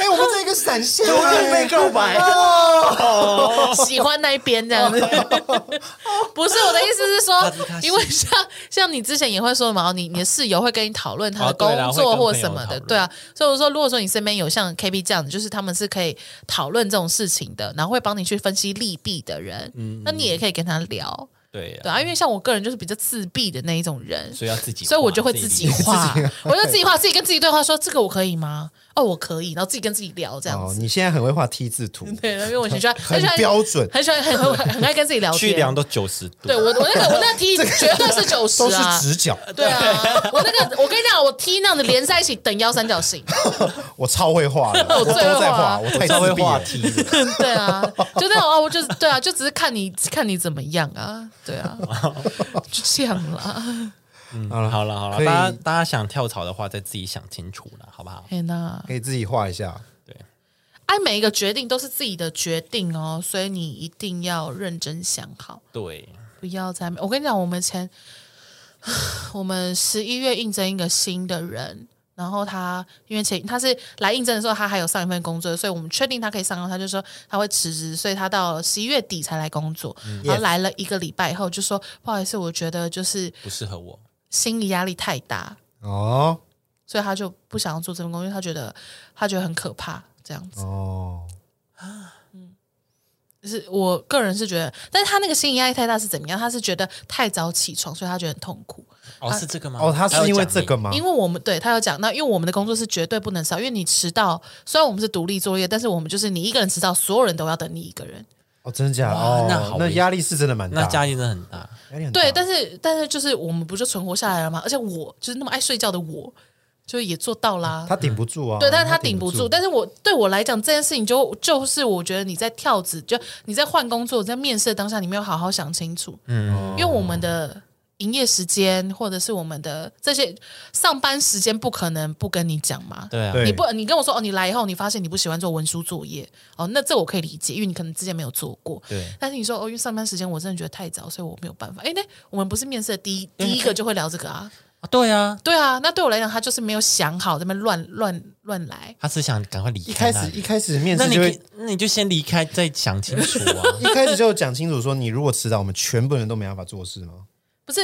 C: 我们这个闪现啊，
A: 告白。
B: 喜欢那一边这样 子？不是我的意思是
A: 他是他
B: 说，
A: 喜
B: 因为像像你之前也会说嘛，哦你你的室友会跟你讨论他的
A: 哦对啦
B: 工作
A: 会跟
B: 或
A: 朋友
B: 什么的，
A: 讨论
B: 对啊。所以我说，如果说你身边有像 KB 这样子，就是他们是可以讨论这种事情的，然后会帮你去分析利弊的
A: 嗯
B: 人，那你也可以跟他聊，
A: 对啊
B: 对啊。因为像我个人就是比较自闭的那一种人，
A: 所以要自己画，
B: 所以我就会自己
A: 理解
B: 画，我就自己画，自己跟自己对话，说这个我可以吗？哦，我可以，然后自己跟自己聊这样
C: 哦，
B: 子。
C: 你现在很会画 T 字 图，
B: 对，因为我很喜欢，很
C: 很
B: 喜欢
C: 标准
B: 很喜欢很很很爱跟自己聊
A: 去量
B: 天。
A: 都九十度
B: 对。我，我那个我那个 T 绝对是九十
C: 都是
B: 啊。
C: 直角，
B: 对啊，我那个我跟你讲，我 T 那样的连在一起等腰三角形，
C: 我超会画的，
B: 我
C: 我
B: 最
C: 都
B: 会
C: 在
B: 画
C: 画，我太
A: 稍微
C: 自闭
A: 画
C: 了。
A: 题，
B: 对啊，就那种啊，我就是对啊，就只是看你看你怎么样啊，对啊，就这样啦。
A: 嗯好了好了，
C: 可以
A: 大家大家想跳槽的话，再自己想清楚了，好不好？
B: 天呐，
C: 可以自己画一下，
B: 哎，每一个决定都是自己的决定哦，所以你一定要认真想好。
A: 对，
B: 不要再，我跟你讲，我们前我们十一月应征一个新的人，然后他因为前他是来应征的时候，他还有上一份工作，所以我们确定他可以上，他就说他会辞职，所以他到十一月底才来工作，然后来了一个礼拜以后就说不好意思，我觉得就是
A: 不适合我。
B: 心理压力太大，
C: 哦
B: 所以他就不想要做这份工作，因为他觉得他觉得很可怕，这样子。
C: 哦，
B: 就是我个人是觉得，但是他那个心理压力太大是怎么样？他是觉得太早起床，所以他觉得很痛苦。
A: 哦，是这个吗？
C: 哦，他
A: 要
C: 是因为
A: 奖
C: 这
A: 励
C: 个吗？
B: 因为我们对他有讲到，因为我们的工作是绝对不能少，因为你迟到，虽然我们是独立作业，但是我们就是你一个人迟到，所有人都要等你一个人。
C: 哦，真的假的？
A: 哇
C: 哦，
A: 那好
C: 那
A: 危
C: 压力是真的蛮大，
A: 那压力真的很大。
C: 压力很大。
B: 对，但是但是就是我们不就存活下来了吗？而且我就是那么爱睡觉的我，就也做到啦。
C: 他顶不住啊。
B: 对，但是哦他顶
C: 顶
B: 不住。
C: 住。
B: 但是我对我来讲，这件事情就就是我觉得你在跳子，就你在换工作、在面试的当下，你没有好好想清楚。
A: 嗯，
B: 因为我们的营业时间或者是我们的这些上班时间，不可能不跟你讲嘛。
A: 对啊，
C: 对
B: 你不，你跟我说哦，你来以后你发现你不喜欢做文书作业哦，那这我可以理解，因为你可能之前没有做过。
A: 对
B: 但是你说哦，因为上班时间我真的觉得太早，所以我没有办法。哎，那我们不是面试的第一第一个就会聊这个啊？
A: 啊对啊，
B: 对啊，那对我来讲，他就是没有想好，在那边乱乱乱来。
A: 他是想赶快离
C: 一
A: 开
C: 开
A: 那
C: 始一
A: 里。
C: 开始面
A: 那
C: 试
A: 你
C: 就
A: 可
C: 会。
A: 以，那你就先离开，再想清楚啊
C: 一开始就讲清楚说，你如果迟到，我们全部人都没办法做事吗？
B: 不是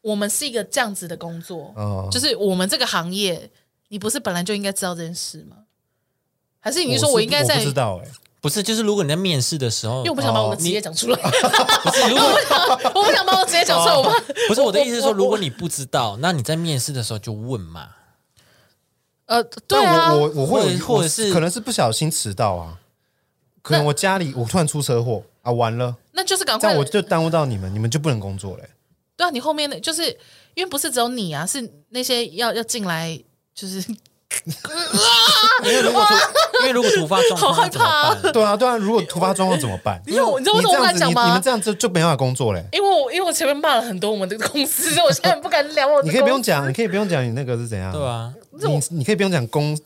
B: 我们是一个这样子的工作，
C: 哦
B: 就是我们这个行业，你不是本来就应该知道这件事吗？还是你是说
C: 哦我
B: 我
C: 是
B: 应该在？
C: 我不知
B: 因
C: 道哎、
A: 不是，就是如果你在面试的时候
B: 为，我不想把我的
C: 哦哦
B: 职业讲出来，
A: 不是如果
B: 我不想把我职业讲出来，我怕。
A: 不是我的意思是
B: 我
A: 说，
B: 我
A: 如果你不知道，那你在面试的时候就问嘛。
B: 呃，对啊
C: 但，我我我会有
A: 或或者是
C: 我可能是不小心迟到啊，可能我家里我突然出车祸啊，完了，
B: 那就是赶
C: 这
B: 快
C: 样我，就耽误到你们，你们就不能工作嘞、
B: 对啊，你后面的就是因为不是只有你啊，是那些要要进来，就是
A: 因为如果突，因为如果突发状况，那
B: 好害
A: 怎么
B: 怕
A: 办？
C: 对啊，对啊，如果突发状况怎么办？
B: 知道 我你知道为什么我
C: 这样
B: 敢
C: 子
B: 讲
C: 你
B: 吗
C: 你们这样就就没办法工作嘞、
B: 因为我因为我前面骂了很多我们的公司，所以我现在不敢聊我的公司。
C: 你可以不用讲，你可以不用讲你那个是怎样，
A: 对啊，
C: 你你可以不用讲工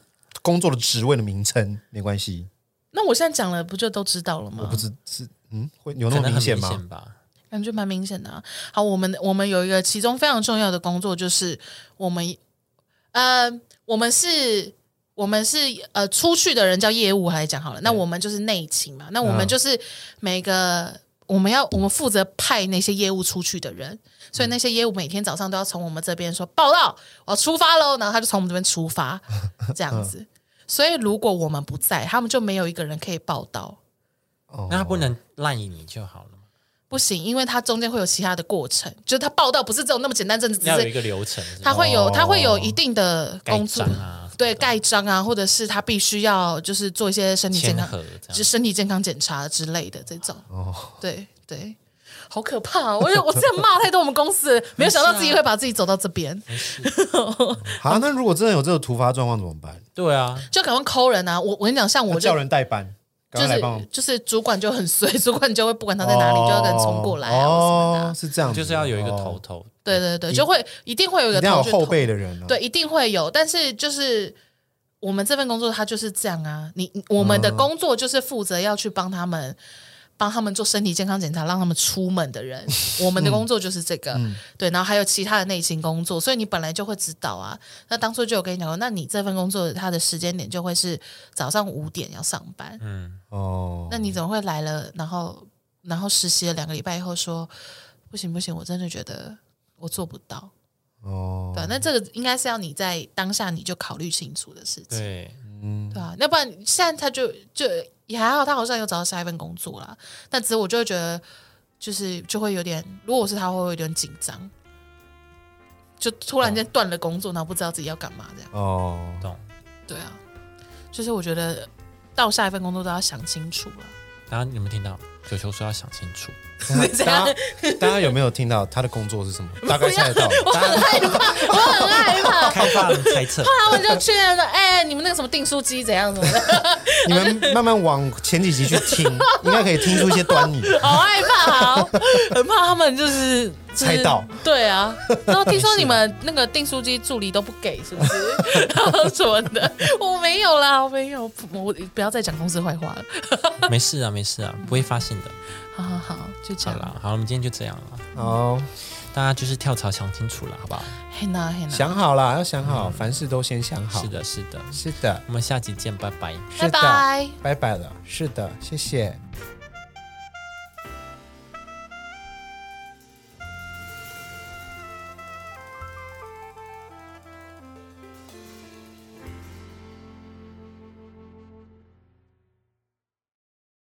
C: 工作的职位的名称，没关系。
B: 那我现在讲了，不就都知道了吗？
C: 我不知是嗯，会有
A: 可
C: 那么
A: 能很
C: 明显
A: 显
C: 吗？哦
A: 吧？
B: 感觉蛮明显的、啊。好，我们我们有一个其中非常重要的工作，就是我们，呃，我们是，我们是呃，出去的人叫业务来讲好了，那我们就是内勤嘛，那我们
C: 嗯
B: 就是每个。我们要我们负责派那些业务出去的人，所以那些业务每天早上都要从我们这边说报道，我要出发喽，然后他就从我们这边出发，这样子。所以如果我们不在，他们就没有一个人可以报道。
C: 哦
A: 那他不能赖你就好了嘛，
B: 不行，因为它中间会有其他的过程，就是它报道不是只有那么简单，政治只
A: 要有一
B: 是
A: 个流程。是吧
B: 它会有
C: 哦
B: 它会有一定的
A: 盖
B: 工作
A: 章，啊，
B: 对盖章啊，或者是他必须要就是做一些身体健
A: 签
B: 康，
A: 合这
B: 就是
A: 样。
B: 身体健康检查之类的这种，
C: 哦，
B: 对对。好可怕、哦！我我之前骂太多我们公司了，没有想到自己会把自己走到这边，
C: 好，啊那如果真的有这个突发状况怎么办？
A: 对啊，
B: 就赶快抠人啊！我我跟你讲，像我
C: 我
B: 就
C: 叫人代班，赶
B: 就
C: 快来帮我
B: 是。就是主管就很衰， 主管就会不管他在哪里，就要跟人冲过来啊、或什么的啊
C: 哦，是这样子，
A: 就是要有一个头
C: 哦，
A: 头。
B: 对对对，就会一定会有一
C: 一
B: 个
C: 定要
B: 头
C: 有
B: 去
C: 后
B: 捅
C: 备的人啊。
B: 对，一定会有，但是就是我们这份工作它就是这样啊，你你我们的工作就是负责要去帮他们。帮他们做身体健康检查，让他们出门的人，我们的工作就是这个，对。然后还有其他的内勤工作，所以你本来就会知道啊。那当初就有跟你讲过，那你这份工作它的时间点就会是早上五点要上班，
A: 嗯，
C: 哦，
B: 那你怎么会来了，然后然后实习了两个礼拜以后说不行不行，我真的觉得我做不到，
C: 哦，
B: 对，那这个应该是要你在当下你就考虑清楚的事情，
A: 对，
C: 嗯
B: 对啊，要不然现在他就就也还好，他好像有找到下一份工作啦。但只是我就会觉得，就是就会有点，如果我是他，会有点紧张，就突然间断了工作，然后不知道自己要干嘛这样。
C: 哦，
A: 懂。
B: 对啊，就是我觉得到下一份工作都要想清楚了。
A: 然后你们听到九球说要想清 楚，
C: 大家大家有没有听到他的工作是什么？大概猜得到，
B: 我很害怕，我很害怕。
A: 开放猜测。
B: 他们就去那说，哎、你们那个什么订书机怎样怎么的，
C: 你们慢慢往前几集去听，应该可以听出一些端倪。
B: 好害怕， 好很怕他们就是
C: 猜到。
B: 就是对 啊，然后听说你们那个订书机助理都不给，是不是？ 然后什么的，我没有啦，我没有，我不要再讲公司坏话了。
A: 没事啊，没事啊，不会发现的。
B: 好好好，就这
A: 好
B: 样啦。
A: 啦，好，我们今天就这样了，
C: 哦，
A: 大家就是跳槽想清楚了，好不好？
B: 嘿呐嘿呐，
C: 想好了，要想好，凡事都先想好。
A: 是，的，是的，
C: 是的，
A: 我们下期见，拜拜。
B: 拜
C: 是的，
B: 拜。
C: 拜拜了。是的，谢谢。